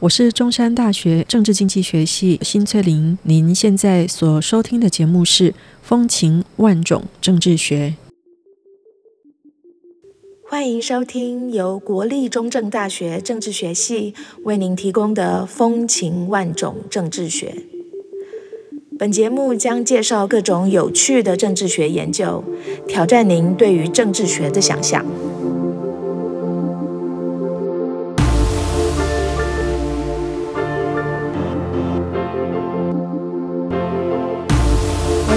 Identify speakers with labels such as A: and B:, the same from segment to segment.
A: 我是中山大学政治经济学系辛翠玲。您现在所收听的节目是《风情万种政治学》，
B: 欢迎收听由国立中正大学政治学系为您提供的《风情万种政治学》。本节目将介绍各种有趣的政治学研究，挑战您对于政治学的想象。我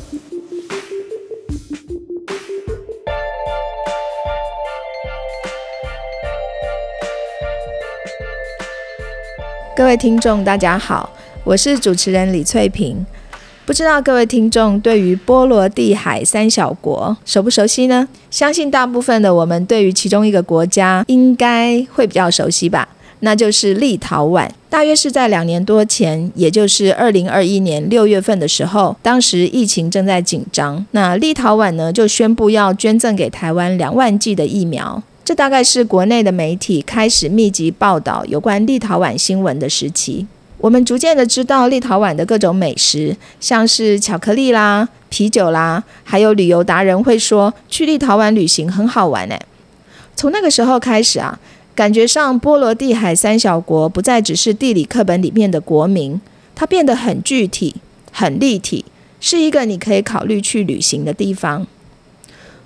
C: 各位听众，大家好，我是主持人李翠萍。不知道各位听众对于波罗的海三小国熟不熟悉呢？相信大部分的我们对于其中一个国家应该会比较熟悉吧，那就是立陶宛。大约是在两年多前，也就是二零二一年六月份的时候，当时疫情正在紧张，那立陶宛呢就宣布要捐赠给台湾两万剂的疫苗。这大概是国内的媒体开始密集报道有关立陶宛新闻的时期。我们逐渐的知道立陶宛的各种美食，像是巧克力啦、啤酒啦，还有旅游达人会说去立陶宛旅行很好玩诶。从那个时候开始啊，感觉上波罗的海三小国不再只是地理课本里面的国名，它变得很具体、很立体，是一个你可以考虑去旅行的地方。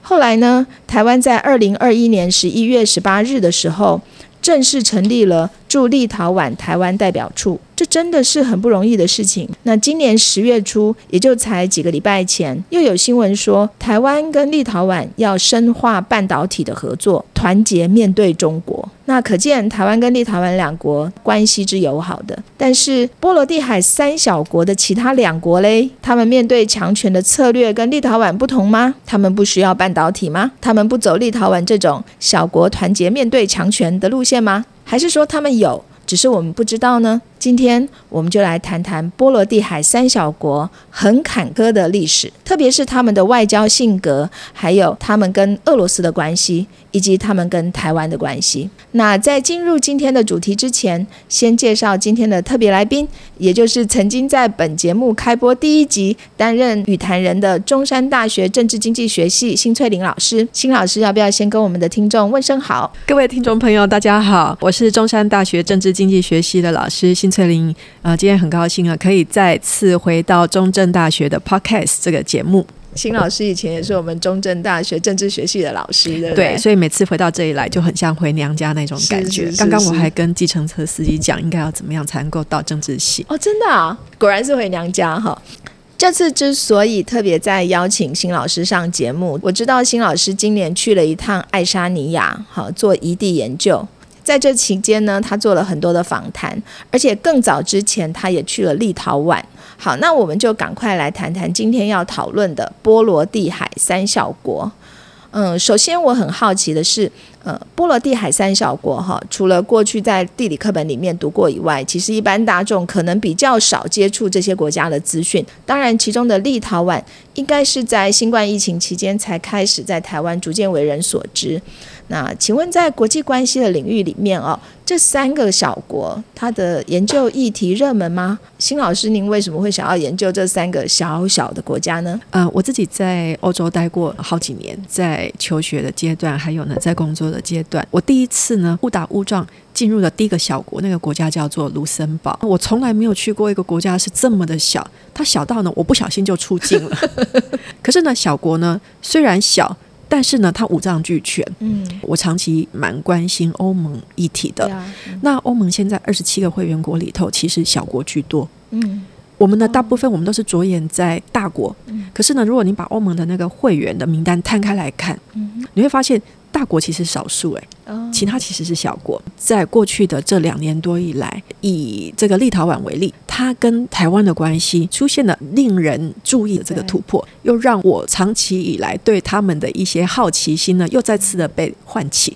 C: 后来呢，台湾在二零二一年十一月十八日的时候，正式成立了驻立陶宛台湾代表处，这真的是很不容易的事情。那今年十月初，也就才几个礼拜前，又有新闻说，台湾跟立陶宛要深化半导体的合作，团结面对中国。那可见台湾跟立陶宛两国关系之友好的，但是波罗的海三小国的其他两国嘞，他们面对强权的策略跟立陶宛不同吗？他们不需要半导体吗？他们不走立陶宛这种小国团结面对强权的路线吗？还是说他们有，只是我们不知道呢？今天我们就来谈谈波罗的海三小国很坎坷的历史，特别是他们的外交性格，还有他们跟俄罗斯的关系，以及他们跟台湾的关系。那在进入今天的主题之前，先介绍今天的特别来宾，也就是曾经在本节目开播第一集担任语坛人的中山大学政治经济学系辛翠玲老师。辛老师，要不要先跟我们的听众问声好？
A: 各位听众朋友，大家好，我是中山大学政治经济学系的老师辛翠玲。呃，今天很高兴啊，可以再次回到中正大学的 Podcast 这个节目。
C: 辛老师以前也是我们中正大学政治学系的老师，对不
A: 对，所以每次回到这里来，就很像回娘家那种感觉。
C: 是是是
A: 刚刚我还跟计程车司机讲，应该要怎么样才能够到政治系。
C: 哦，真的啊，果然是回娘家哈。这次之所以特别在邀请辛老师上节目，我知道辛老师今年去了一趟爱沙尼亚，好做异地研究。在这期间呢，他做了很多的访谈，而且更早之前他也去了立陶宛。好，那我们就赶快来谈谈今天要讨论的波罗的海三小国。嗯，首先我很好奇的是，呃，波罗的海三小国哈，除了过去在地理课本里面读过以外，其实一般大众可能比较少接触这些国家的资讯。当然，其中的立陶宛应该是在新冠疫情期间才开始在台湾逐渐为人所知。那请问，在国际关系的领域里面哦，这三个小国它的研究议题热门吗？辛老师，您为什么会想要研究这三个小小的国家呢？
A: 呃，我自己在欧洲待过好几年，在求学的阶段，还有呢在工作的阶段，我第一次呢误打误撞进入了第一个小国，那个国家叫做卢森堡。我从来没有去过一个国家是这么的小，它小到呢我不小心就出境了。 可是呢，小国呢虽然小，但是呢它五脏俱全。
C: 嗯，
A: 我长期蛮关心欧盟议题的。
C: 啊，
A: 那欧盟现在二十七个会员国里头，其实小国居多。
C: 嗯
A: 我们呢，大部分我们都是着眼在大国，可是呢，如果你把欧盟的那个会员的名单摊开来看，
C: 嗯
A: 你会发现大国其实少数诶、哎
C: 哦
A: 其他其实是小国。在过去的这两年多以来，以这个立陶宛为例，它跟台湾的关系出现了令人注意的这个
C: 对
A: 突破，又让我长期以来对他们的一些好奇心呢，又再次的被唤起。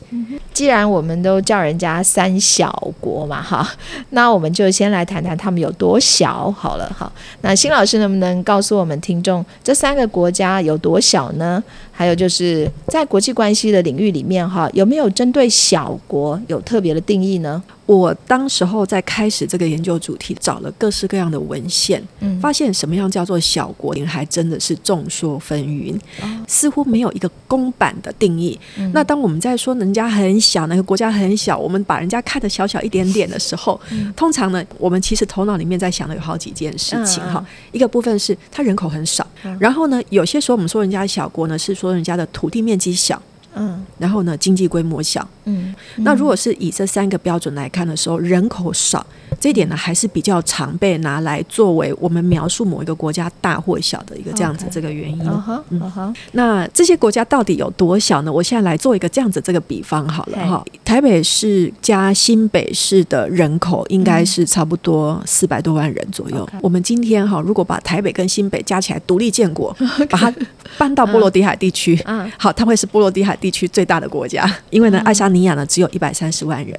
C: 既然我们都叫人家三小国嘛，哈， 那我们就先来谈谈他们有多小好了，哈。那辛老师能不能告诉我们听众，这三个国家有多小呢？还有就是在国际关系的领域里面，哈，有没有针对小国有特别的定义呢？
A: 我当时候在开始这个研究主题，找了各式各样的文献，
C: 嗯
A: 发现什么样叫做小国，还真的是众说纷纭，
C: 哦嗯
A: 似乎没有一个公版的定义。那当我们在说人家很小，那个国家很小，我们把人家看得小小一点点的时候，
C: 嗯
A: 通常呢，我们其实头脑里面在想的有好几件事情
C: 嗯嗯嗯
A: 哈。一个部分是它人口很少，然后呢，有些时候我们说人家小国呢，是说人家的土地面积小，
C: 嗯
A: 然后呢经济规模小。
C: 嗯，
A: 那如果是以这三个标准来看的时候，人口少这一点呢，还是比较常被拿来作为我们描述某一个国家大或小的一个这样子
C: OK
A: 这个原因。
C: 嗯哼
A: 嗯
C: 嗯哼，
A: 那这些国家到底有多小呢？我现在来做一个这样子这个比方好了
C: 嘿
A: 哈。台北市加新北市的人口应该是差不多四百多万人左右。
C: 嗯 OK
A: 我们今天哈，如果把台北跟新北加起来独立建 国把它搬到波罗的海地区。
C: 嗯
A: 好，它会是波罗的海地区最大的国家，因为呢，爱沙尼亚呢只有一百三十万人，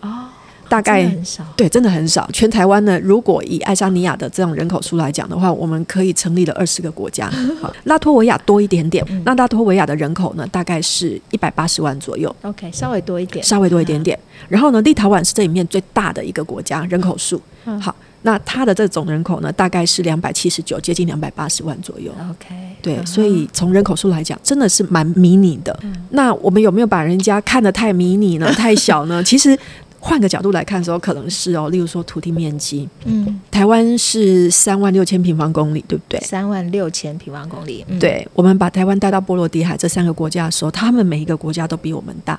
C: 哦，
A: 大概
C: 真的很少，
A: 对，真的很少。全台湾呢，如果以爱沙尼亚的这种人口数来讲的话，我们可以成立了二十个国 家。好，拉脱维亚多一点点，
C: 嗯
A: 那拉脱维亚的人口呢，大概是一百八十万左右，
C: OK，稍微多一点，
A: 稍微多一点点。然后呢，立陶宛是这里面最大的一个国家，人口数
C: 嗯
A: 好。那它的这总人口呢，大概是两百七十九，接近两百八十万左右。
C: OK，嗯
A: 对，所以从人口数来讲，真的是蛮迷你的。那我们有没有把人家看得太迷你呢？太小呢？其实换个角度来看的时候，可能是哦，例如说土地面积，
C: 嗯，
A: 台湾是三万六千平方公里，对不对？
C: 三万六千平方公里，嗯，
A: 对，我们把台湾带到波罗的海这三个国家的时候，他们每一个国家都比我们大。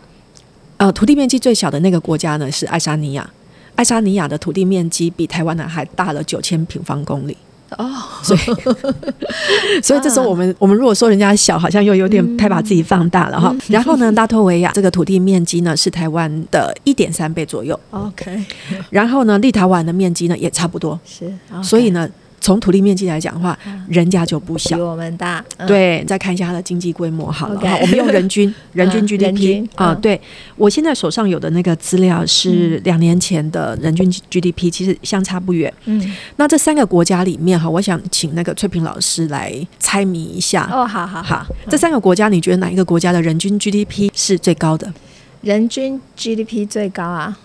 A: 呃，土地面积最小的那个国家呢是爱沙尼亚，爱沙尼亚的土地面积比台湾呢还大了九千平方公里。
C: 哦，
A: 所以， 所以这时候我们、我们如果说人家小，好像又有点太把自己放大了哈。
C: 嗯
A: 然后呢，拉脱维亚这个土地面积呢是台湾的一点三倍左右，
C: OK，
A: 然后呢，立陶宛的面积呢也差不多，
C: 是，
A: 所以呢，从土地面积来讲的话，
C: 嗯
A: 人家就不
C: 比
A: 小。
C: 我们大，嗯，
A: 对，再看一下它的经济规模好了
C: OK
A: 哈我们用人均人均
C: 嗯人
A: GDP
C: 均
A: 啊、
C: 嗯
A: 对我现在手上有的那个资料是两年前的人均 GDP，其实相差不远。
C: 嗯，
A: 那这三个国家里面哈，我想请那个翠萍老师来猜谜一下。
C: 哦，好好好，
A: 好，这三个国家，你觉得哪一个国家的人均 GDP 是最高的？
C: 嗯人均 GDP 最高啊，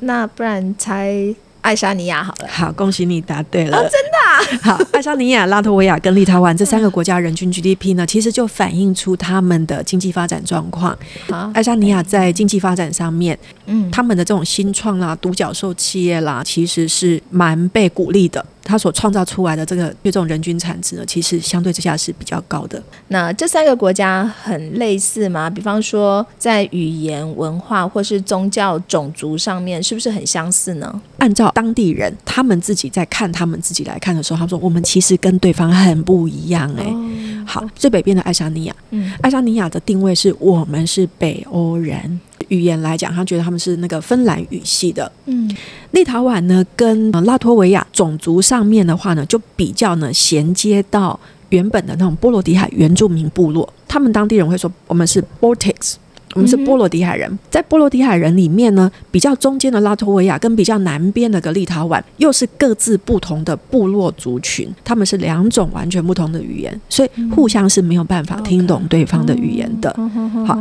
C: 那不然猜爱沙尼亚好了，
A: 好，恭喜你答对
C: 哦
A: 了，真
C: 啊
A: 的、好，爱沙尼亚、拉脱维亚跟立陶宛这
C: 嗯
A: 三个国家人均 GDP 呢，其实就反映出他们的经济发展状况。
C: 好，
A: 爱沙尼亚在经济发展上面，
C: 嗯，
A: 他们的这种新创啦、独角兽企业啦，其实是蛮被鼓励的。它所创造出来的这个这种人均产值呢，其实相对之下是比较高的。
C: 那这三个国家很类似吗？比方说在语言、文化或是宗教、种族上面，是不是很相似呢？
A: 按照当地人他们自己在看他们自己来看的时候，他们说我们其实跟对方很不一样
C: 哦
A: 哎、好，最北边的爱沙尼亚，
C: 嗯
A: 爱沙尼亚的定位是我们是北欧人。语言来讲，他觉得他们是那个芬兰语系的。
C: 嗯，
A: 立陶宛呢，跟呃拉脱维亚种族上面的话呢，就比较呢衔接到原本的那种波罗的海原住民部落，他们当地人会说我们是 Baltics。我们是
C: 嗯哼
A: 波罗的海人，在波罗的海人里面呢，比较中间的拉脱维亚跟比较南边的个立陶宛，又是各自不同的部落族群，他们是两种完全不同的语言，所以
C: 嗯
A: 互相是没有办法听懂对方的语言的。
C: 哦嗯
A: 好，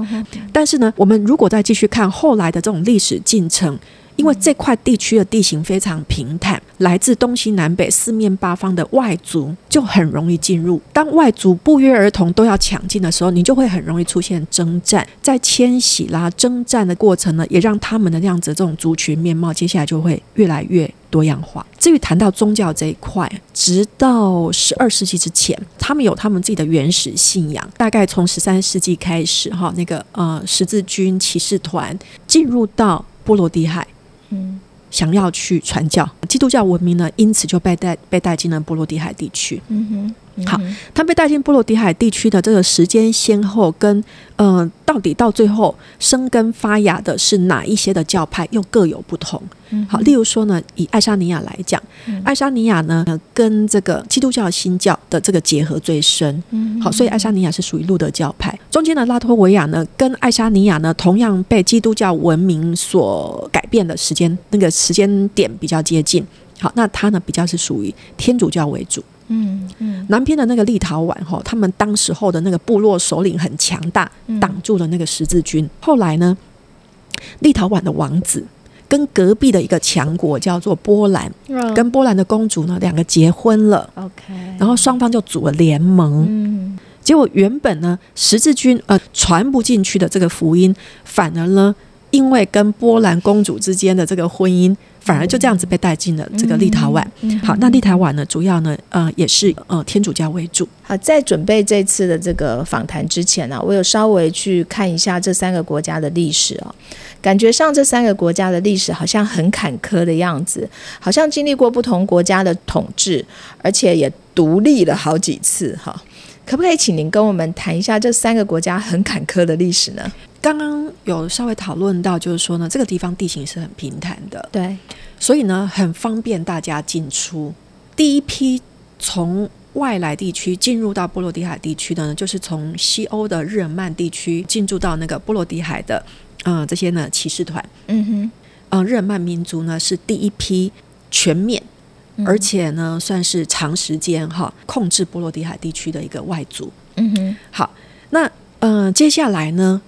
A: 但是呢，我们如果再继续看后来的这种历史进程，因为这块地区的地形非常平坦，来自东西南北四面八方的外族就很容易进入。当外族不约而同都要抢进的时候，你就会很容易出现征战。在迁徙啦、征战的过程呢，也让他们的那样子这种族群面貌，接下来就会越来越多样化。至于谈到宗教这一块，直到十二世纪之前，他们有他们自己的原始信仰。大概从十三世纪开始，哈，那个呃十字军骑士团进入到波罗的海。
C: 嗯，
A: 想要去传教，基督教文明呢，因此就被带被带进了波罗的海地区。
C: 嗯哼，
A: 好，他被带进波罗的海地区的这个时间先后跟呃，到底到最后生根发芽的是哪一些的教派，又各有不同。
C: 嗯
A: 好，例如说呢，以爱沙尼亚来讲，爱沙尼亚呢呃跟这个基督教新教的这个结合最深。
C: 嗯
A: 好，所以爱沙尼亚是属于路德教派。中间的拉脱维亚呢，跟爱沙尼亚呢，同样被基督教文明所改变的时间，那个时间点比较接近。好，那它呢比较是属于天主教为主。
C: 嗯嗯
A: 南边的那个立陶宛哈，他们当时候的那个部落首领很强大，
C: 嗯
A: 挡住了那个十字军。后来呢，立陶宛的王子跟隔壁的一个强国叫做波兰，
C: 嗯
A: 跟波兰的公主呢两个结婚了，
C: OK，
A: 然后双方就组了联盟。
C: 嗯
A: 结果原本呢，十字军呃传不进去的这个福音，反而呢，因为跟波兰公主之间的这个婚姻，反而就这样子被带进了这个立陶宛。
C: 嗯
A: 好，那立陶宛呢，主要呢，呃，也是呃天主教为主。
C: 好，在准备这次的这个访谈之前呢、我有稍微去看一下这三个国家的历史哦，感觉上这三个国家的历史好像很坎坷的样子，好像经历过不同国家的统治，而且也独立了好几次哈、可不可以请您跟我们谈一下这三个国家很坎坷的历史呢？
A: 刚刚有稍微讨论到，就是说呢，这个地方地形是很平坦的，
C: 对，
A: 所以呢，很方便大家进出。第一批从外来地区进入到波罗的海地区的呢，就是从西欧的日耳曼地区进驻到那个波罗的海的，嗯、这些呢骑士团，
C: 嗯哼，
A: 嗯、日耳曼民族呢是第一批全面，
C: 嗯
A: 而且呢算是长时间哈控制波罗的海地区的一个外族。
C: 嗯哼，
A: 好，那嗯、呃接下来呢，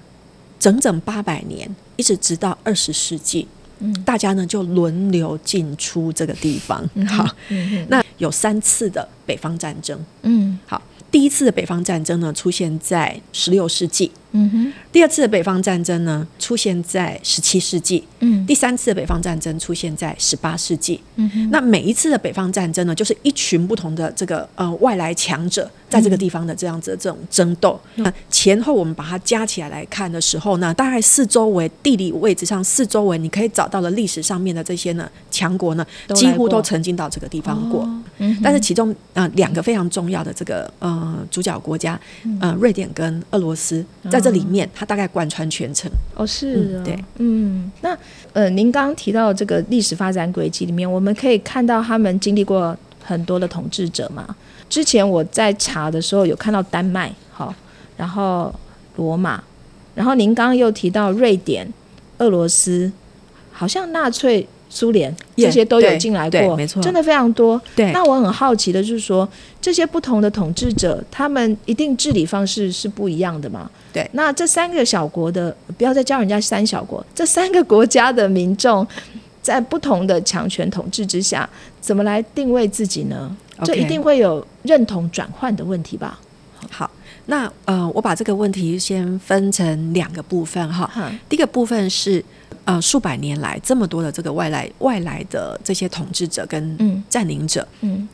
A: 整整八百年，一直直到二十世纪，
C: 嗯
A: 大家呢就轮流进出这个地方。好，
C: 嗯哼，
A: 那有三次的北方战争。
C: 嗯
A: 好，第一次的北方战争呢，出现在十六世纪；
C: 嗯哼，
A: 第二次的北方战争呢，出现在十七世纪；
C: 嗯
A: 第三次的北方战争出现在十八世纪。
C: 嗯哼，
A: 那每一次的北方战争呢，就是一群不同的这个呃外来强者在这个地方的这样子的这种争斗。
C: 嗯
A: 那前后我们把它加起来来看的时候呢，大概四周围地理位置上，四周围你可以找到的历史上面的这些呢强国呢，
C: 都来
A: 几乎
C: 过
A: 都曾经到这个地方过。
C: 嗯哼
A: 但是其中呃两个非常重要的这个呃主角国家，
C: 嗯
A: 呃瑞典跟俄罗斯，在这里面它大概贯穿全程。
C: 哦，是
A: 嗯
C: 哦
A: 对，
C: 嗯，那呃，您刚刚提到这个历史发展轨迹里面，我们可以看到他们经历过很多的统治者嘛。之前我在查的时候有看到丹麦，好、然后罗马，然后您刚刚又提到瑞典、俄罗斯，好像纳粹、苏联这
A: Yeah，
C: 些都有
A: 对
C: 进来
A: 对
C: 过，
A: 没错
C: 真的非常多。
A: 对
C: 那我很好奇的就是说，这些不同的统治者，他们一定治理方式是不一样的嘛？
A: 对
C: 那这三个小国的，不要再叫人家三小国，这三个国家的民众，在不同的强权统治之下，怎么来定位自己呢？这
A: OK
C: 一定会有认同转换的问题吧？
A: 好，那呃我把这个问题先分成两个部分哈。
C: 哈，
A: 第一个部分是，呃，数百年来这么多的这个外来外来的这些统治者跟
C: 嗯
A: 占领者，
C: 嗯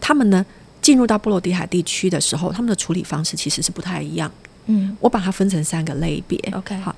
A: 他们呢进入到波罗的海地区的时候，他们的处理方式其实是不太一样。
C: 嗯哎
A: 我把它分成三个类别。
C: ，OK，
A: 好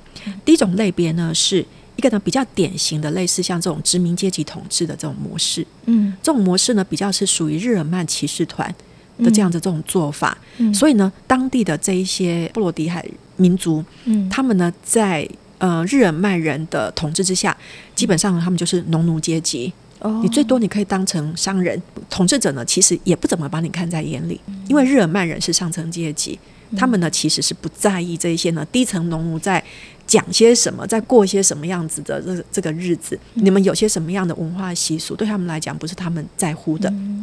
A: 第一种类别呢，是一个呢比较典型的类似像这种殖民阶级统治的这种模式。
C: 嗯
A: 这种模式呢，比较是属于日耳曼骑士团的这样的这种做法。
C: 嗯
A: 所以呢，当地的这一些波罗的海民族，
C: 嗯，
A: 他们呢在呃日耳曼人的统治之下，基本上他们就是农奴阶级。
C: 嗯哦
A: 你最多你可以当成商人，统治者呢其实也不怎么把你看在眼里，
C: 嗯
A: 因为日耳曼人是上层阶级，他们呢其实是不在意这一些呢低层农奴在。讲些什么，在过些什么样子的这这个日子，
C: 嗯
A: 你们有些什么样的文化习俗，对他们来讲不是他们在乎的，
C: 嗯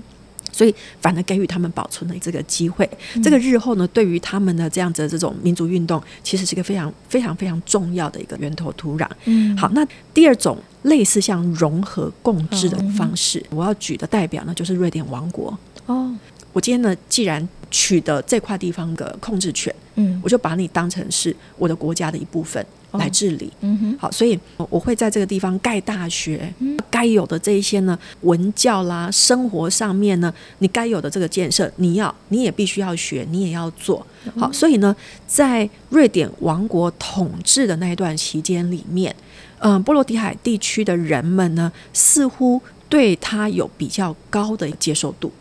A: 所以反而给予他们保存的这个机会。这个日后呢，对于他们的这样子的这种民族运动，其实是一个非常非常非常重要的一个源头土壤。
C: 嗯
A: 好，那第二种类似像融合共治
C: 嗯
A: 的方式，我要举的代表呢就是瑞典王国。
C: 哦，
A: 我今天呢，既然取得这块地方的控制权，
C: 嗯
A: 我就把你当成是我的国家的一部分
C: 哦
A: 来治理。
C: 嗯哼，
A: 好，所以呃我会在这个地方盖大学，该有的这一些呢，文教啦，生活上面呢，你该有的这个建设，你要你也必须要学，你也要做。好，所以呢，在瑞典王国统治的那一段期间里面，嗯、波罗的海地区的人们呢，似乎对他有比较高的接受度。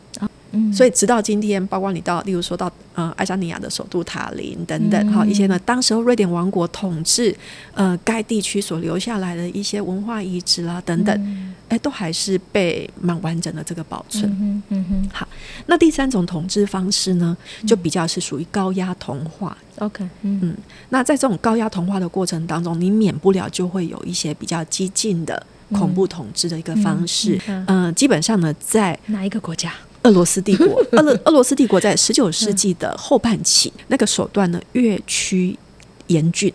C: 嗯
A: 所以直到今天，包括你到，例如说到呃爱沙尼亚的首都塔林等等，
C: 嗯
A: 哈、一些呢，当时候瑞典王国统治呃该地区所留下来的一些文化遗址啦等等，哎、都还是被蛮完整的这个保存。
C: 嗯哼嗯
A: 那第三种统治方式呢，就比较是属于高压同化。
C: 哼，OK，嗯
A: 那在这种高压同化的过程当中，你免不了就会有一些比较激进的恐怖统治的一个方式。
C: 嗯
A: 嗯、基本上呢，在
C: 哪一个国家？
A: 俄罗斯帝国，俄罗俄罗斯帝国在十九世纪的后半期，那个手段呢越趋严峻。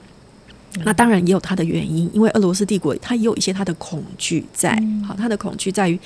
A: 那当然也有它的原因，因为俄罗斯帝国它也有一些它的恐惧在，好，它的恐惧在于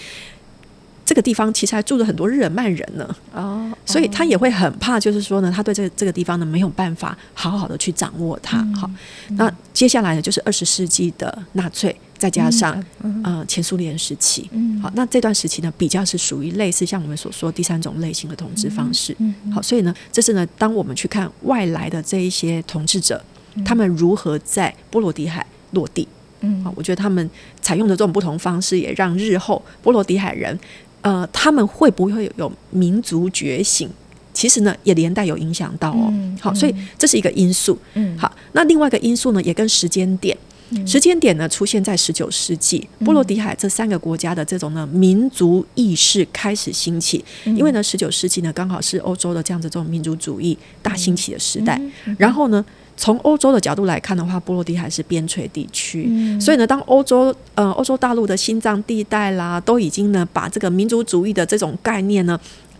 A: 这个地方其实还住着很多日耳曼人呢，
C: 哦，
A: 所以他也会很怕，就是说呢，他对这个这个地方呢没有办法好好的去掌握它。
C: 嗯
A: 好，那接下来呢就是二十世纪的纳粹，再加上、呃前苏联时期，
C: 嗯
A: 好，那这段时期呢比较是属于类似像我们所说第三种类型的统治方式。
C: 嗯
A: 好，所以呢，这是呢，当我们去看外来的这一些统治者，他们如何在波罗的海落地。
C: 嗯
A: 好，我觉得他们采用的这种不同方式，也让日后波罗的海人，呃，他们会不会有有民族觉醒？其实呢，也连带有影响到哦。
C: 嗯
A: 好，所以这是一个因素。
C: 嗯
A: 好，那另外一个因素呢，也跟时间点。时间点呢，出现在十九世纪，
C: 嗯
A: 波罗的海这三个国家的这种呢民族意识开始兴起，
C: 嗯
A: 因为呢，十九世纪呢刚好是欧洲的这样子这种民族主义大兴起的时
C: 嗯
A: 代。然后呢，从欧洲的角度来看的话，波罗的海是边陲地区，所以呢，当欧洲呃欧洲大陆的心脏地带啦，都已经呢把这个民族主义的这种概念呢。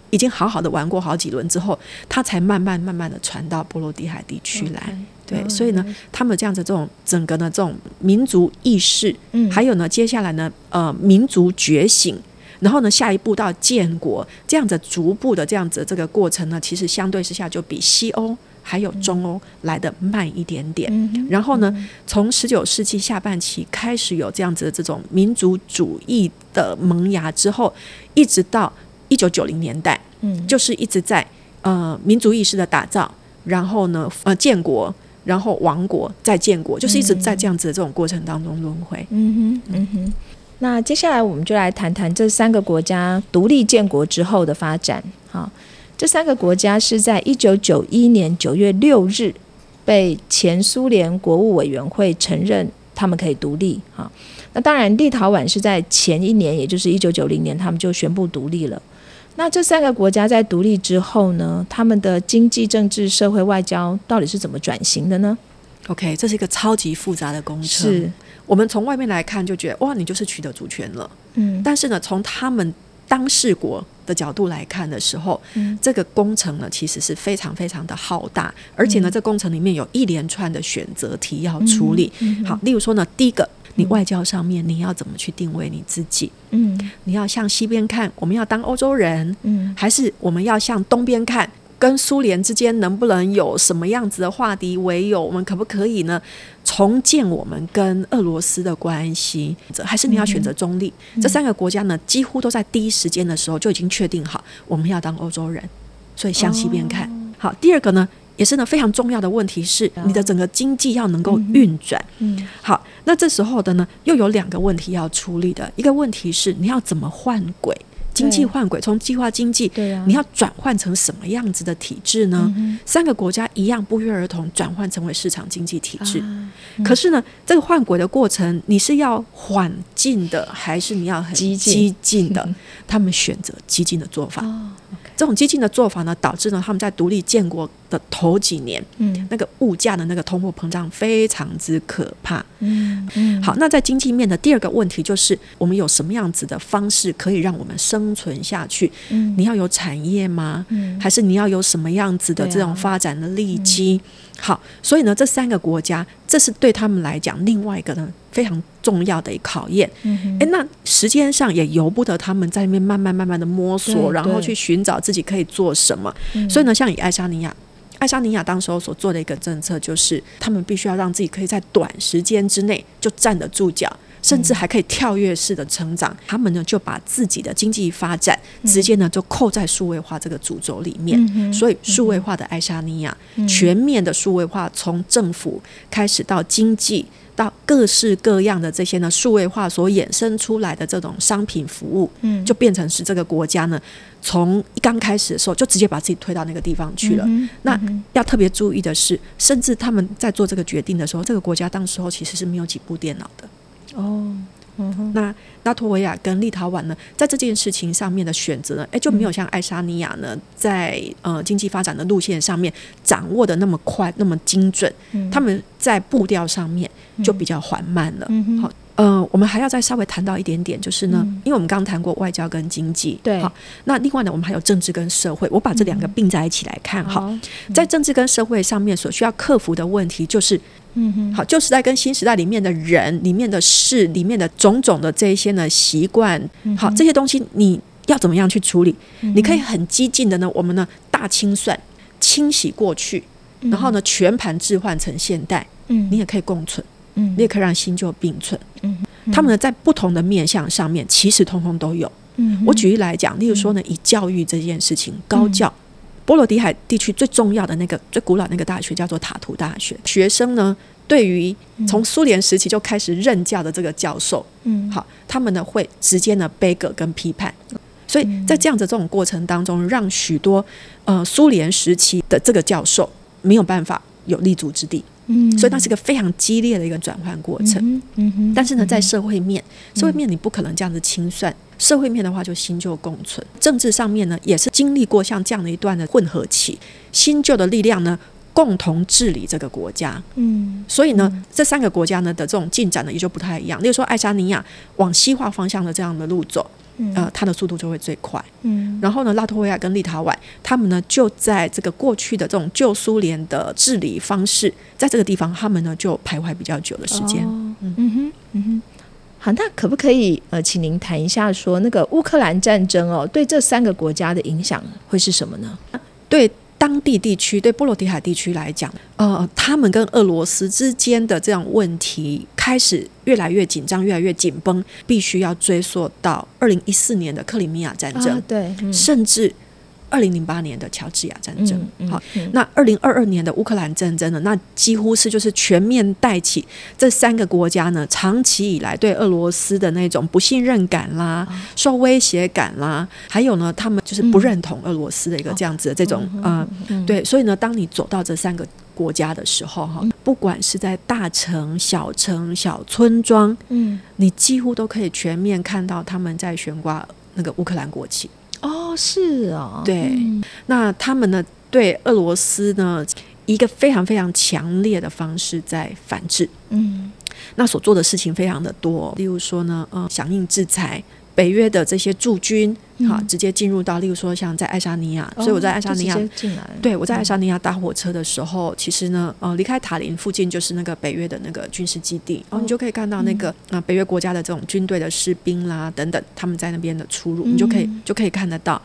A: 已经好好的玩过好几轮之后，它才慢慢慢慢的传到波罗的海地区来。对，所以呢，他们这样子这种整个呢这种民族意识，
C: 嗯
A: 还有呢接下来呢呃民族觉醒，然后呢下一步到建国这样子逐步的这样子这个过程呢，其实相对之下就比西欧还有中欧来的慢一点点。
C: 嗯
A: 然后呢，从十九世纪下半期开始有这样子的这种民族主义的萌芽之后，一直到一九九零年代，
C: 嗯
A: 就是一直在呃民族意识的打造，然后呢呃建国，然后亡国再建国，就是一直在这样子的这种过程当中轮回。
C: 嗯哼嗯哼。那接下来我们就来谈谈这三个国家独立建国之后的发展。好，这三个国家是在一九九一年九月六日被前苏联国务委员会承认他们可以独立。哈，那当然，立陶宛是在前一年，也就是一九九零年，他们就宣布独立了。那这三个国家在独立之后呢，他们的经济、政治、社会、外交到底是怎么转型的呢？
A: OK，这是一个超级复杂的工程。
C: 是，
A: 我们从外面来看就觉得哇，你就是取得主权了。
C: 嗯
A: 但是呢，从他们当事国的角度来看的时候，
C: 嗯
A: 这个工程呢其实是非常非常的浩大，而
C: 嗯
A: 且呢，这工程里面有一连串的选择题要处理。
C: 嗯
A: 好，例如说呢，第一个，你外交上面你要怎么去定位你自己？
C: 嗯
A: 你要向西边看，我们要当欧洲人，
C: 嗯
A: 还是我们要向东边看？跟苏联之间能不能有什么样子的化敌为友？我们可不可以呢重建我们跟俄罗斯的关系？还是你要选择中立？
C: 嗯
A: 这三个国家呢，几乎都在第一时间的时候就已经确定好，我们要当欧洲人，所以向西边看。
C: 哦
A: 好，第二个呢，也是呢非常重要的问题是，你的整个经济要能够运转。
C: 啊嗯
A: 好，那这时候的呢，又有两个问题要处理的。一个问题是你要怎么换轨，经济
C: 对
A: 换轨，从计划经济，
C: 对啊
A: 你要转换成什么样子的体制
C: 嗯
A: 呢？三个国家一样不约而同转换成为市场经济体
C: 啊
A: 制。可是呢，这个换轨的过程，你是要缓进的，还是你要很
C: 激进嗯
A: 激进 的？他们选择激进的做
C: 啊
A: 法。这种激进的做法呢，导致呢他们在独立建国的头几年，
C: 嗯
A: 那个物价的那个通货膨胀非常之可怕。
C: 嗯嗯，
A: 好，那在经济面的第二个问题就是，我们有什么样子的方式可以让我们生存下去？
C: 嗯
A: 你要有产业吗？
C: 嗯
A: 还是你要有什么样子的
C: 对啊嗯
A: 这种发展的利基？好，所以呢，这三个国家，这是对他们来讲另外一个呢非常重要的一个考验。
C: 嗯哼
A: 诶，那时间上也由不得他们在那边慢慢慢慢的摸
C: 对
A: 索，然后
C: 对
A: 去寻找自己可以做什么。
C: 嗯
A: 所以呢，像以爱沙尼亚。爱沙尼亚当时候所做的一个政策，就是他们必须要让自己可以在短时间之内就站得住脚，甚
C: 嗯
A: 至还可以跳跃式的成长。他们呢就把自己的经济发展
C: 嗯
A: 直接呢就扣在数位化这个主轴里面。所以数位化的爱沙尼亚、
C: 嗯
A: 全面的数位化，从政府开始到经济。到各式各样的这些呢，数位化所衍生出来的这种商品服务，
C: 嗯
A: 就变成是这个国家呢，从一刚开始的时候就直接把自己推到那个地方去了。
C: 嗯哼
A: 那
C: 嗯哼
A: 要特别注意的是，甚至他们在做这个决定的时候，这个国家当时候其实是没有几部电脑的。
C: 哦，嗯哼
A: 那拉脱维亚跟立陶宛呢，在这件事情上面的选择呢，哎，就
C: 嗯
A: 没有像爱沙尼亚呢，在呃经济发展的路线上面掌握的那么快、那么精准。
C: 嗯
A: 他们在步调上面就比较缓慢了。
C: 嗯哼
A: 好，呃，我们还要再稍微谈到一点点，就是呢，
C: 嗯
A: 因为我们刚谈过外交跟经济，
C: 对嗯
A: 好，那另外呢，我们还有政治跟社会，我把这两个并在一起来看，哈、
C: 好，
A: 在政治跟社会上面所需要克服的问题，就是
C: 嗯哼，
A: 好旧时代跟新时代里面的人、里面的事、里面的种种的这一些呢习惯，
C: 嗯
A: 好这些东西你要怎么样去处理？你可以很激进的呢，我们呢大清算、清洗过去，然后呢全盘置换成现代，
C: 嗯，
A: 你也可以共存，
C: 嗯
A: 你也可以让新旧并存。
C: 嗯
A: 他们呢在不同的面向上面，其实通通都有。
C: 嗯哼嗯
A: 我举例来讲，例如说呢，以教育这件事情，高教。波罗的海地区最重要的那个最古老那个大学叫做塔图大学，学生呢对于从苏联时期就开始任教的这个教授，
C: 嗯
A: 好，他们呢会直接呢背葛跟批判，所以
C: 嗯
A: 在这样子这种过程当中，让许多呃苏联时期的这个教授没有办法有立足之地，
C: 嗯
A: 所以那是一个非常激烈的一个转换过程。
C: 嗯哼嗯哼，
A: 但是呢，在社会面，社会面你不可能这样子清算。社会面的话，就新旧共存；政治上面呢，也是经历过像这样的一段的混合期，新旧的力量呢，共同治理这个国家。
C: 嗯
A: 所以呢，这三个国家呢的这种进展呢，也就不太一样。例如说，爱沙尼亚往西化方向的这样的路走，
C: 嗯
A: 呃，它的速度就会最快。
C: 嗯
A: 然后呢，拉脱维亚跟立陶宛，他们呢就在这个过去的这种旧苏联的治理方式，在这个地方，他们呢就徘徊比较久的时间。
C: 哦嗯哼嗯哼。好，那可不可以呃，请您谈一下说那个乌克兰战争哦，对这三个国家的影响会是什么呢？
A: 对当地地区，对波罗的海地区来讲，呃，他们跟俄罗斯之间的这样问题开始越来越紧张，越来越紧绷，必须要追溯到二零一四年的克里米亚战争，
C: 对，嗯
A: 甚至二零零八年的乔治亚战争。
C: 嗯
A: 好，
C: 嗯
A: 那二零二二年的乌克兰战争呢，那几乎是就是全面带起这三个国家呢，长期以来对俄罗斯的那种不信任感啦、
C: 啊
A: 受威胁感啦，还有呢，他们就是不认同俄罗斯的一
C: 哦
A: 个这样子的这种、呃，
C: 嗯
A: 对，所以呢，当你走到这三个。国家的时候，哈，
C: 嗯
A: 不管是在大城、小城、小村庄，
C: 嗯
A: 你几乎都可以全面看到他们在悬挂那个乌克兰国旗。
C: 哦是哦，
A: 对
C: 嗯
A: 那他们呢对俄罗斯呢一个非常非常强烈的方式在反制，
C: 嗯
A: 那所做的事情非常的多，例如说呢，呃，响应制裁。北约的这些驻军，哈、直接进入到，例如说像在爱沙尼亚，所以我在爱沙尼亚
C: 嗯哦就直接进来了，
A: 对，我在爱沙尼亚搭火车的时候，其实呢，呃，离开塔林附近就是那个北约的那个军事基地，然后你就可以看到那个啊、呃北约国家的这种军队的士兵啦等等，他们在那边的出入，你就可以就可以看得到。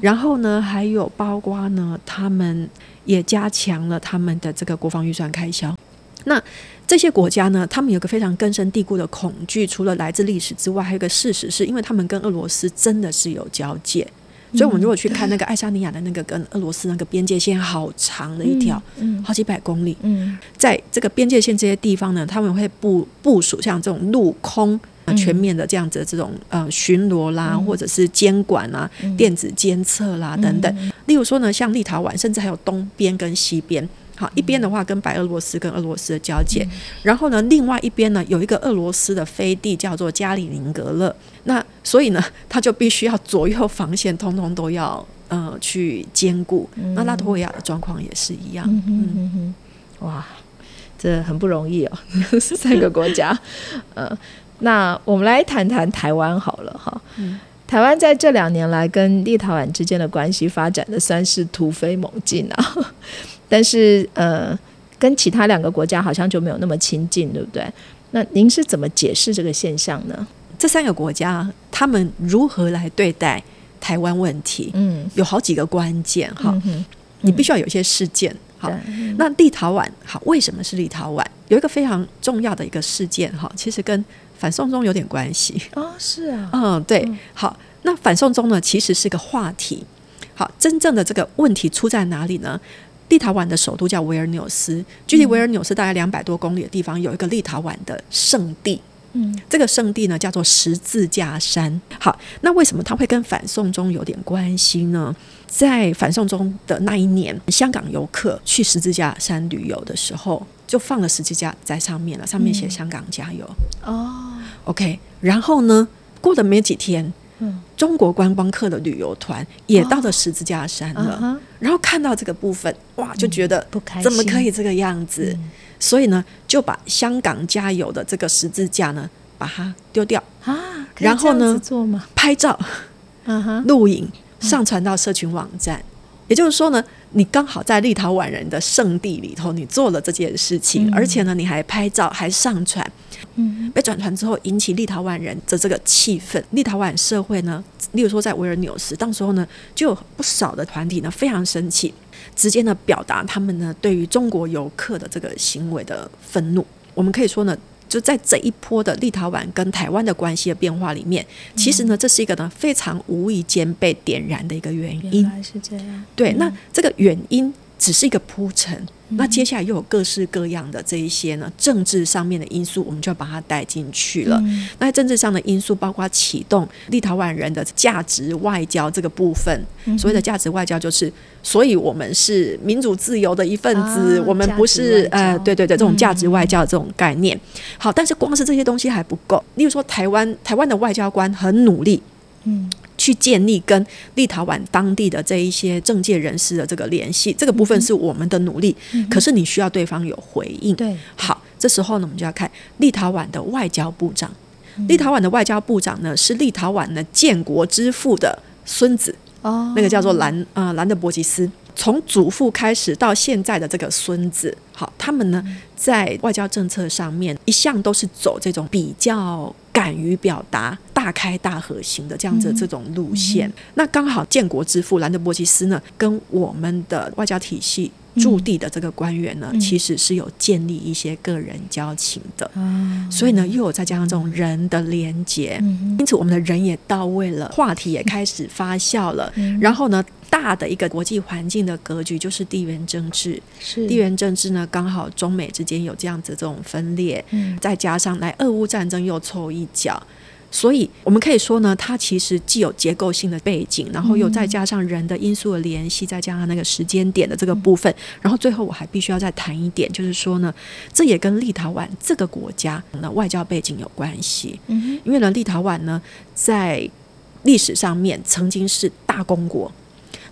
A: 然后呢，还有包括呢，他们也加强了他们的这个国防预算开销。那这些国家呢，他们有个非常根深蒂固的恐惧，除了来自历史之外，还有一个事实是，因为他们跟俄罗斯真的是有交界，所以我们如果去看那个爱沙尼亚的那个跟俄罗斯那个边界线，好长的一条，
C: 嗯
A: 好几百公里，
C: 嗯
A: 在这个边界线这些地方呢，他们会部部署像这种陆空。呃全面的这样子的这种呃巡逻啦，或者是监管啦、电子监测啦等等。例如说呢，像立陶宛，甚至还有东边跟西边。好，一边的话跟白俄罗斯跟俄罗斯的交界，然后呢，另外一边呢有一个俄罗斯的飞地叫做加里宁格勒。那所以呢，他就必须要左右防线，通通都要呃去兼顾。那拉脱维亚的状况也是一样。
C: 嗯哼嗯哼，哇，这很不容易哦， 三个国家， 呃，那我们来谈谈台湾好了哈。台湾在这两年来跟立陶宛之间的关系发展的算是突飞猛进啊， 但是呃，跟其他两个国家好像就没有那么亲近，对不对？那您是怎么解释这个现象呢？
A: 这三个国家他们如何来对待台湾问题，
C: 嗯，
A: 有好几个关键哈。
C: 嗯哼
A: 你必须要有一些事件，好，那立陶宛好，为什么是立陶宛？有一个非常重要的一个事件哈，其实跟反送中有点关系。
C: 哦，是啊，
A: 嗯，对，好，那反送中呢，其实是个话题。好，真正的这个问题出在哪里呢？立陶宛的首都叫维尔纽斯，距
C: 嗯
A: 离维尔纽斯大概两百多公里的地方，有一个立陶宛的圣地。
C: 嗯，
A: 这个圣地呢叫做十字架山。好，那为什么它会跟反送中有点关系呢？在反送中的那一年，香港游客去十字架山旅游的时候，就放了十字架在上面了，上面
C: 嗯
A: 写“香港加油”
C: 哦，
A: OK，然后呢，过了没几天，
C: 嗯
A: 中国观光客的旅游团也到了十字架山了，
C: 啊哈嗯
A: 然后看到这个部分，哇，就觉得
C: 不开心嗯
A: 怎么可以这个样子？所以呢，就把香港加油的这个十字架呢，把它丢掉，
C: 啊，可以
A: 然后呢
C: 这样子做吗？
A: 拍照、
C: 啊哈，
A: 录影，上传到社群网站。也就是说呢，你刚好在立陶宛人的圣地里头，你做了这件事情，而且呢，你还拍照，还上传，
C: 嗯
A: 被转传之后，引起立陶宛人的这个气愤。立陶宛社会呢，例如说在维尔纽斯，当时候呢，就有不少的团体呢非常生气，直接呢表达他们呢对于中国游客的这个行为的愤怒。我们可以说呢。就在这一波的立陶宛跟台湾的关系的变化里面，其实呢，
C: 嗯
A: 这是一个呢非常无意间被点燃的一个原因
C: 嗯原。来是这样，
A: 对，那这个原因只是一个铺陈，
C: 嗯
A: 那接下来又有各式各样的这一些呢政治上面的因素，我们就要把它带进去了。
C: 嗯
A: 那在政治上的因素包括启动立陶宛人的价值外交这个部
C: 嗯
A: 分，所谓的价值外交就是，所以我们是民主自由的一份子，
C: 啊
A: 我们不是
C: 价值外交嗯
A: 呃，对对对，这种价值外交的这种概念。好，但是光是这些东西还不够，例如说台湾台湾的外交官很努力，
C: 嗯，
A: 去建立跟立陶宛当地的这一些政界人士的这个联系，这个部分是我们的努力。可是你需要对方有回应。
C: 对，
A: 好，这时候呢，我们就要看立陶宛的外交部长。立陶宛的外交部长呢，是立陶宛的建国之父的孙子，
C: 哦，
A: 那个叫做兰呃兰德伯吉斯。从祖父开始到现在的这个孙子，好，他们呢在外交政策上面一向都是走这种比较敢于表达、大开大合型的这样子的这种路线。那刚好建国之父兰德伯吉斯呢，跟我们的外交体系驻地的这个官员呢，其实是有建立一些个人交情的。
C: 啊，
A: 所以呢，又有再加上这种人的连结，
C: 嗯
A: 因此我们的人也到位了，话题也开始发酵了。然后呢，大的一个国际环境的格局就是地缘政治。
C: 是
A: 地缘政治呢，刚好中美之间有这样子这种分裂，
C: 嗯
A: 再加上来俄乌战争又凑一脚。所以，我们可以说呢，它其实既有结构性的背景，然后又再加上人的因素的联系，再加上那个时间点的这个部分，然后最后我还必须要再谈一点，就是说呢，这也跟立陶宛这个国家的外交背景有关系。
C: 嗯
A: 因为呢，立陶宛呢在历史上面曾经是大公国。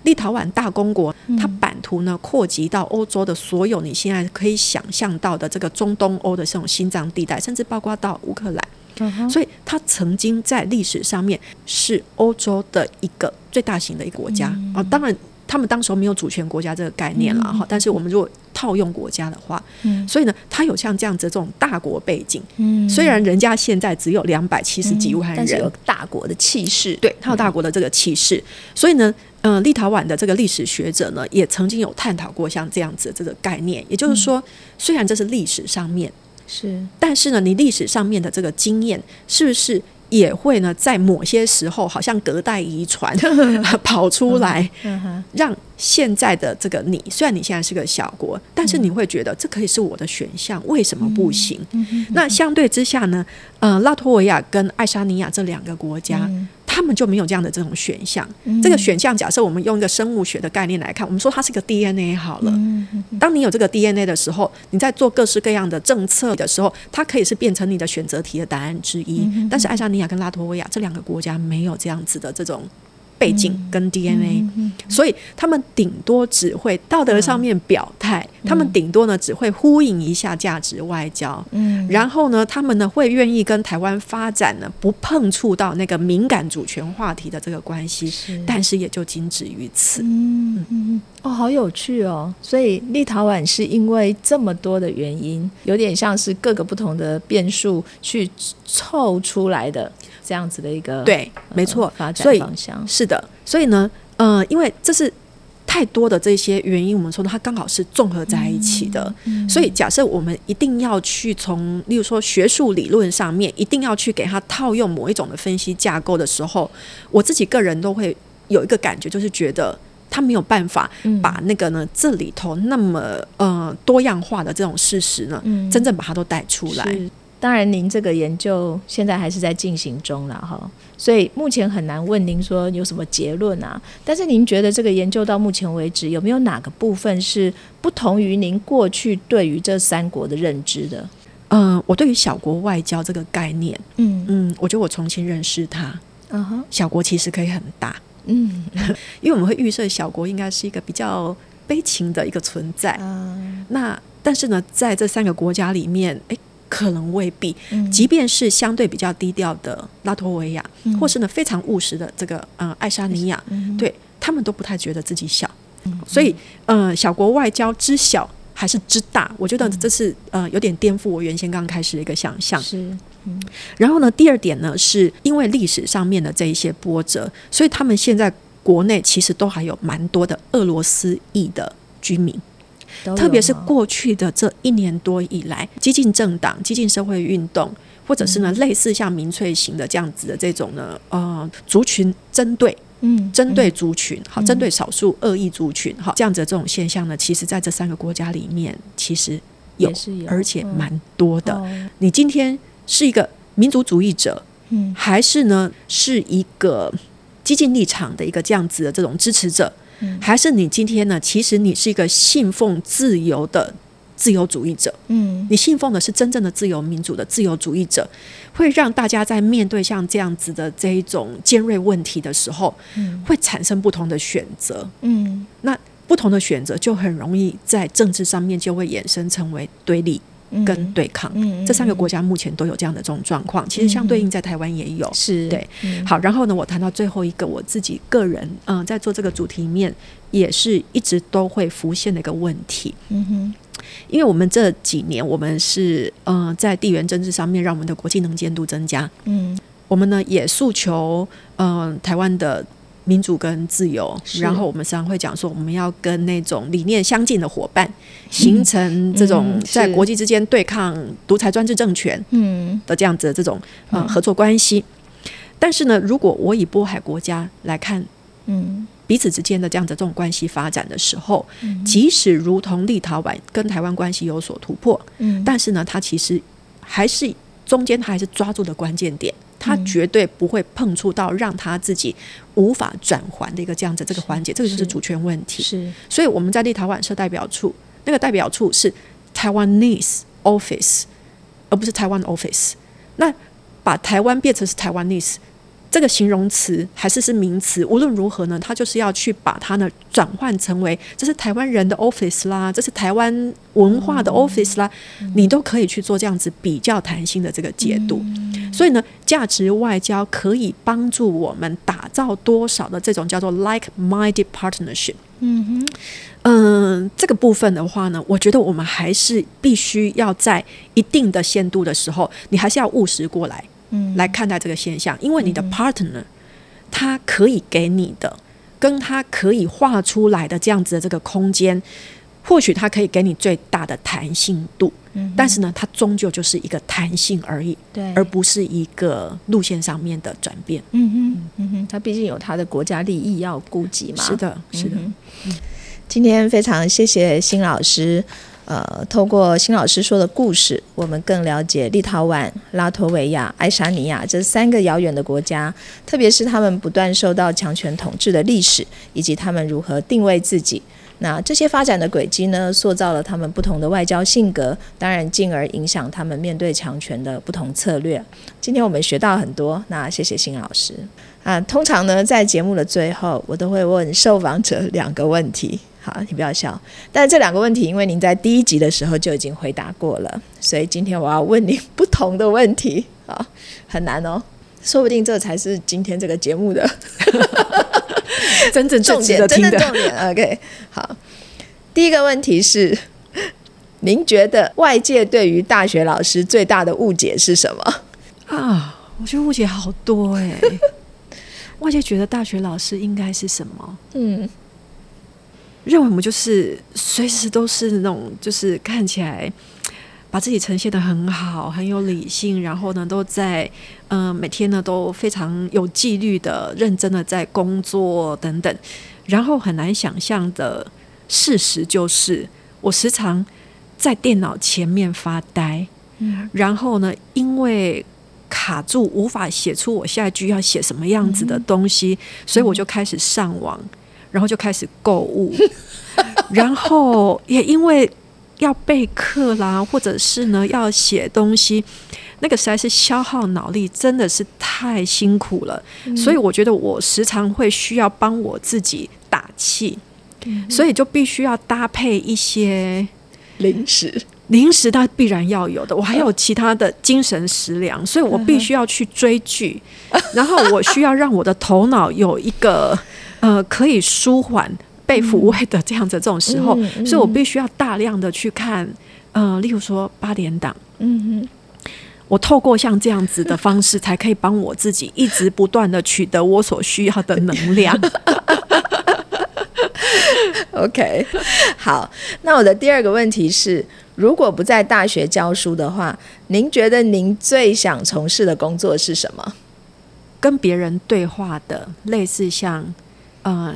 A: 立陶宛大公国，
C: 嗯
A: 它版图呢扩及到欧洲的所有你现在可以想象到的这个中东欧的这种心脏地带，甚至包括到乌克兰。
C: 嗯哼
A: 所以它曾经在历史上面是欧洲的一个最大型的一个国家啊、
C: 嗯
A: 哦当然，他们当时候没有主权国家这个概念了哈、但是我们如果套用国家的话，
C: 嗯
A: 所以呢，它有像这样子这种大国背景。
C: 嗯
A: 虽然人家现在只有两百七十几万人，
C: 但是有大国的气势，
A: 对，它有大国的这个气势。所以呢，呃，立陶宛的这个历史学者呢，也曾经有探讨过像这样子的这个概念。也就是说，
C: 嗯
A: 虽然这是历史上面，
C: 是
A: 但是呢，你历史上面的这个经验是不是？也会呢，在某些时候，好像隔代遗传 跑出来，
C: 嗯哼
A: 让现在的这个你，虽然你现在是个小国，但是你会觉得这可以是我的选项，为什么不行？那相对之下呢，呃，拉脱维亚跟爱沙尼亚这两个国家，他们就没有这样的这种选项。这个选项，假设我们用一个生物学的概念来看，我们说它是个 DNA 好了。当你有这个 DNA 的时候，你在做各式各样的政策的时候，它可以是变成你的选择题的答案之一。
C: 嗯
A: 但是爱沙尼亚跟拉脱维亚这两个国家没有这样子的这种背景
C: 嗯
A: 跟 DNA，、所以他们顶多只会道德上面表态，他们顶多呢只会呼应一下价值外交。
C: 嗯
A: 然后呢，他们呢会愿意跟台湾发展呢，不碰触到那个敏感主权话题的这个关系，
C: 是
A: 但是也就仅止于此。
C: 嗯嗯嗯哦，好有趣哦！所以立陶宛是因为这么多的原因，有点像是各个不同的变数去凑出来的这样子的一个
A: 对，没错
C: 呃，发
A: 所
C: 展
A: 以
C: 方向。
A: 是的，所以呢，呃，因为这是太多的这些原因，我们说它刚好是综合在一起的。
C: 嗯
A: 所以假设我们一定要去从，例如说学术理论上面，一定要去给它套用某一种的分析架构的时候，我自己个人都会有一个感觉，就是觉得。他没有办法
C: 嗯
A: 把那个呢，这里头那么呃多样化的这种事实呢，
C: 嗯
A: 真正把它都带出来。
C: 是，当然，您这个研究现在还是在进行中了哈，所以目前很难问您说有什么结论啊。但是您觉得这个研究到目前为止，有没有哪个部分是不同于您过去对于这三国的认知的？
A: 嗯、我对于小国外交这个概念，
C: 嗯
A: 嗯，我觉得我重新认识它。
C: 嗯哼，
A: 小国其实可以很大，
C: 嗯
A: 因为我们会预设小国应该是一个比较悲情的一个存在。
C: 啊，
A: 那但是呢，在这三个国家里面，诶，可能未必。
C: 嗯
A: 即便是相对比较低调的拉脱维亚，
C: 嗯
A: 或是呢非常务实的这个呃爱沙尼亚，
C: 嗯
A: 对他们都不太觉得自己小，所以呃小国外交之小还是之大，我觉得这是呃有点颠覆我原先刚开始的一个想象。
C: 是
A: 然后呢，第二点呢，是因为历史上面的这一些波折，所以他们现在国内其实都还有蛮多的俄罗斯裔的居民。
C: 都有
A: 特别是
C: 哈
A: 过去的这一年多以来，激进政党、激进社会运动，或者
C: 嗯
A: 是呢类似像民粹型的这样子的这种呢，呃，族群针对
C: 嗯
A: 针对
C: 嗯
A: 族群，好，针对少数恶意族群，哈，这样子的这种现象呢，其实在这三个国家里面，其实有
C: 也，是有，
A: 而且
C: 嗯
A: 蛮多的。
C: 哦
A: 你今天是一个民族主义者，
C: 嗯
A: 还是呢是一个激进立场的一个这样子的这种支持者，
C: 嗯
A: 还是你今天呢，其实你是一个信奉自由的自由主义者，
C: 嗯
A: 你信奉的是真正的自由民主的自由主义者，会让大家在面对像这样子的这一种尖锐问题的时候，
C: 嗯
A: 会产生不同的选择。
C: 嗯
A: 不同的选择就很容易在政治上面就会衍生成为对立
C: 嗯
A: 跟对抗。
C: 嗯
A: 这三个国
C: 家
A: 家目前都有这样的这种状况，其实相对应在台湾也有。
C: 是
A: 对，
C: 嗯
A: 好，然后呢，我谈到最后一个我自己个人，嗯、在做这个主题里面，也是一直都会浮现的一个问题，
C: 嗯哼
A: 因为我们这几年我们是嗯、呃在地缘政治上面让我们的国际能见度增加，
C: 嗯
A: 我们呢也诉求嗯、呃台湾的。民主跟自由，
C: 是
A: 然后我们常常会讲说，我们要跟那种理念相近的伙伴，形成这种
C: 嗯是
A: 在国际之间对抗独裁专制政权，
C: 嗯
A: 的这样子的这种呃
C: 嗯
A: 合作关系。但是呢，如果我以波海国家来看
C: 嗯
A: 彼此之间的这样子这种关系发展的时候，
C: 嗯
A: 即使如同立陶宛跟台湾关系有所突破，
C: 嗯
A: 但是呢，它其实还是中间它还是抓住的关键点。它
C: 嗯
A: 绝对不会碰触到让他自己无法转还的一个这样子这个环节，这个就是
C: 是
A: 主权问题。
C: 是
A: 所以我们在立陶宛设代表处，那个代表处是 Taiwanese office，而不是台湾 office。那把台湾变成是 Taiwanese 这个形容词还是是名词，无论如何呢，它就是要去把它呢转换成为这是台湾人的 office 啦，这是台湾文化的 office 啦，你都可以去做这样子比较弹性的这个解读。所以呢，价值外交可以帮助我们打造多少的这种叫做 like-minded partnership。
C: 嗯哼
A: 嗯，这个部分的话呢，我觉得我们还是必须要在一定的限度的时候，你还是要务实过来
C: 嗯
A: 来看待这个现象，因为你的 partner 他可以给你的，跟他可以画出来的这样子的这个空间，或许他可以给你最大的弹性度，
C: 嗯哼嗯
A: 但是呢，它终究就是一个弹性而已，
C: 对
A: 而不是一个路线上面的转变。
C: 嗯哼嗯哼，他毕竟有他的国家利益要顾及嘛。
A: 是的，是的，
C: 嗯哼今天非常谢谢辛老师，呃，透过辛老师说的故事，我们更了解立陶宛、拉脱维亚、爱沙尼亚这三个遥远的国家，特别是他们不断受到强权统治的历史，以及他们如何定位自己。那这些发展的轨迹呢，塑造了他们不同的外交性格，当然进而影响他们面对强权的不同策略。今天我们学到很多，那谢谢辛老师。啊，通常呢，在节目的最后，我都会问受访者两个问题。好，你不要笑。但这两个问题，因为您在第一集的时候就已经回答过了，所以今天我要问您不同的问题啊，很难哦。说不定这才是今天这个节目 的
A: 真正
C: 重
A: 正值
C: 点，
A: 得
C: 真
A: 听的。
C: 的重点。OK，好。 第一个问题是， 您觉得外界对于大学老师最大的误解是什么？
A: 啊，我觉得误解好多哎、欸。外界觉得大学老师应该是什么？
C: 嗯
A: 认为我们就是随时都是那种，就是看起来把自己呈现的很好，很有理性，然后呢，都在嗯、呃每天呢都非常有纪律的、认真的在工作等等，然后很难想象的事实就是，我时常在电脑前面发呆，
C: 嗯
A: 然后呢，因为卡住无法写出我下一句要写什么样子的东西，所以我就开始上网，然后就开始购物，然后也因为要备课啦，或者是呢要写东西，那个实在是消耗脑力，真的是太辛苦了。所以我觉得我时常会需要帮我自己打气，所以就必须要搭配一些
C: 零食，
A: 零食它必然要有的，我还有其他的精神食粮，所以我必须要去追 剧，然后我需要让我的头脑有一个呃可以舒缓被抚慰的这样子这种时候，
C: 嗯嗯
A: 所以我必须要大量的去看，呃，例如说八点档，
C: 嗯嗯，
A: 我透过像这样子的方式，才可以帮我自己一直不断的取得我所需要的能量。
C: OK，好， 那我的第二个问题是，如果不在大学教书的话，您觉得您最想从事的工作是什么？
A: 跟别人对话的，类似像呃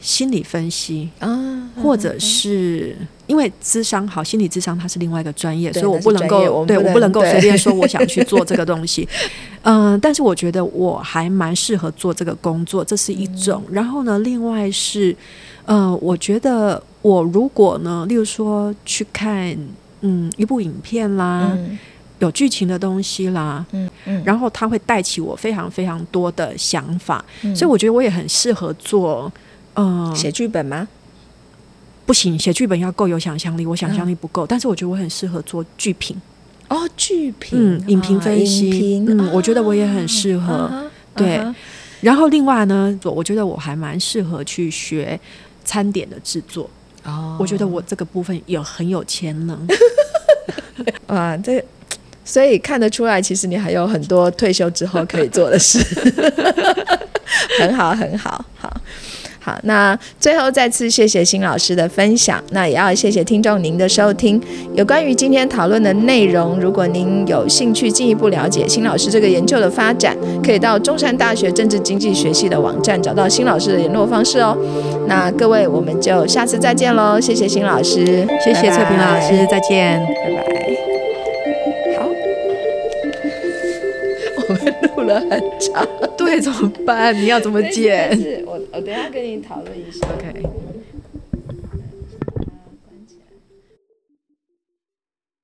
A: 心理分析，
C: 啊，嗯
A: 或者是因为智商好，心理智商它是另外一个专业，
C: 对
A: 所以我不能
C: 那是专业我
A: 够
C: 们
A: 对
C: 不能
A: 我不能够
C: 对
A: 随便说我想去做这个东 西。嗯，但是我觉得我还蛮适合做这个工作，这是一种。
C: 嗯
A: 然后呢，另外是，呃，我觉得我如果呢，例如说去看嗯一部影片啦，
C: 嗯
A: 有剧情的东西啦，
C: 嗯嗯
A: 然后它会带起我非常非常多的想法，所以我觉得我也很适合做。嗯，
C: 写剧本吗？
A: 不行，写剧本要够有想象力，我想象力不够，但是我觉得我很适合做剧评，
C: 哦，剧评
A: 嗯，影评啊分析，嗯，我觉得我也很
C: 适
A: 适合。对然后另外呢，我我觉得我还蛮适合去学餐点的制作，
C: 哦，
A: 我觉得我这个部分有很有潜能。
C: 哇，啊这所以看得出来，其实你还有很多退休之后可以做的事， 很好，很好，好。好，那最后再次谢谢辛老师的分享，那也要谢谢听众您的收听。有关于今天讨论的内容，如果您有兴趣进一步了解辛老师这个研究的发展，可以到中山大学政治经济学系的网站找到辛老师的联络方式哦。那各位，我们就下次再见喽，谢谢辛老师，
A: 谢谢翠
C: 拜拜
A: 萍老师，再 见。
C: 拜拜。好， 我们录了很长，
A: 对，怎么办？你要怎么
C: 但
A: 剪
C: 是我我等一下跟你讨论一下。
A: ？OK。